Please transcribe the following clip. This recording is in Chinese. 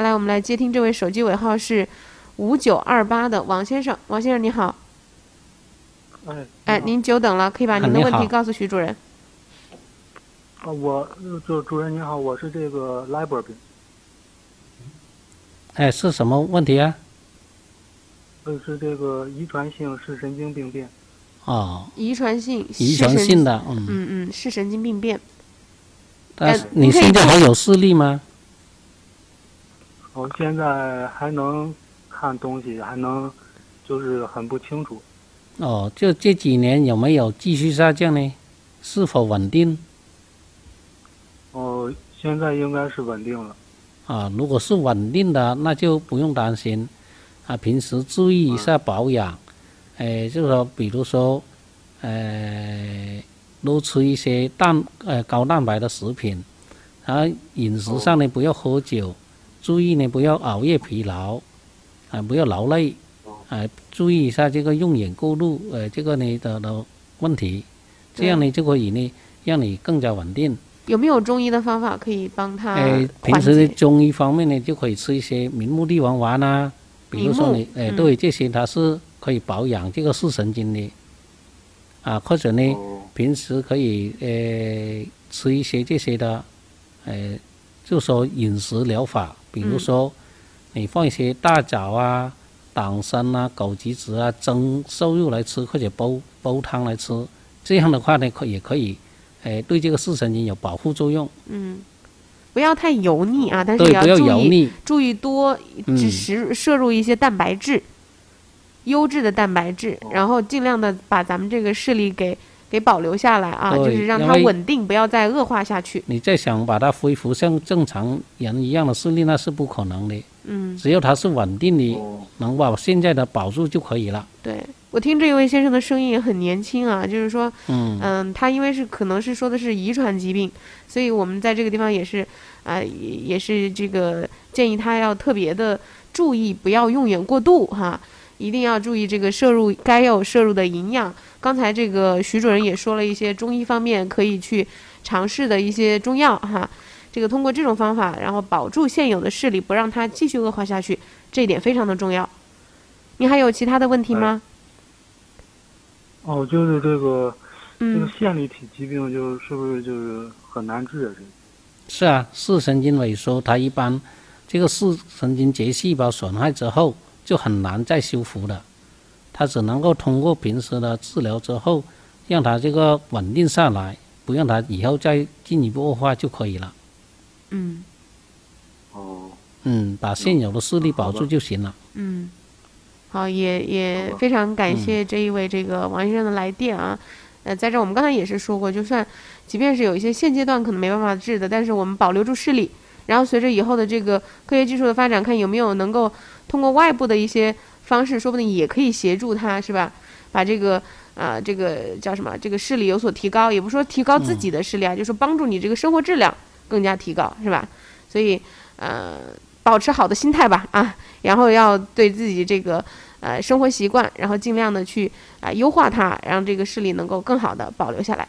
下来我们来接听这位手机尾号是五九二八的王先生，王先生你好，哎，哎，你您久等了，可以把您的啊你问题好告诉徐主任。好啊，我呃就主任你好，我是这个莱博病，哎，是什么问题啊？呃，是这个遗传性视神经病变。哦，遗传性，遗视传神性，的，嗯，嗯嗯，视神经病变。但是呃你你可以现在做还有视力吗？我现在还能看东西，还能就是很不清楚。哦，就这几年有没有继续下降呢？是否稳定？哦、现在应该是稳定了。啊，如果是稳定的，那就不用担心。啊，平时注意一下保养，哎、就是说，比如说，呃，多吃一些蛋呃高蛋白的食品，然后饮食上呢不要喝酒，注意呢不要熬夜疲劳，啊、不要劳累，啊、注意一下这个用眼过度呃这个呢的的问题，这样呢就可以呢让你更加稳定。有没有中医的方法可以帮他哎，平啊缓时的解中医方面呢，就可以吃一些明目地黄丸啊，比如明说目你，哎，嗯对，这些它是可以保养这个视神经的，啊，或者呢，哦、平时可以呃吃一些这些的，呃，就说饮食疗法，比如嗯说你放一些大枣啊、党参啊、枸杞子啊蒸瘦肉来吃，或者煲煲汤来吃，这样的话呢，可也可以，哎，对这个视神经有保护作用，嗯，不要太油腻啊，但是对，也不要注油意腻。注意多嗯只食摄入一些蛋白质，优质的蛋白质，哦然后尽量的把咱们这个视力给给保留下来啊，就对是让因它为稳定，不要再恶化下去。你再想把它恢复像正常人一样的视力，那是不可能的。嗯，只要它是稳定的，哦，能把现在的保住就可以了。对我听这一位先生的声音也很年轻啊，就是说，嗯，嗯，他因为是可能是说的是遗传疾病，所以我们在这个地方也是，啊、也也是这个建议他要特别的注意，不要用眼过度哈，一定要注意这个摄入该有摄入的营养。刚才这个徐主任也说了一些中医方面可以去尝试的一些中药哈，这个通过这种方法，然后保住现有的视力，不让它继续恶化下去，这一点非常的重要。你还有其他的问题哎吗？哦，就是这个这嗯个，线粒体疾病，就是不是就是很难治啊？这个是啊，视神经萎缩，它一般这个视神经节细胞损害之后就很难再修复的，它只能够通过平时的治疗之后，让它这个稳定下来，不让它以后再进一步恶化就可以了。嗯哦，嗯，把现有的视力保住就行了。嗯，好，也也好吧非常感谢这一位这个王先生的来电啊。呃，在这儿我们刚才也是说过，就算即便是有一些现阶段可能没办法治的，但是我们保留住视力，然后随着以后的这个科学技术的发展，看有没有能够通过外部的一些方式，说不定也可以协助他，是吧？把这个啊、这个叫什么？这个视力有所提高，也不说提高自己的视力啊，就是帮助你这个生活质量更加提高，是吧？所以，呃，保持好的心态吧，啊，然后要对自己这个呃呃生活习惯，然后尽量的去啊、优化它，让这个视力能够更好的保留下来。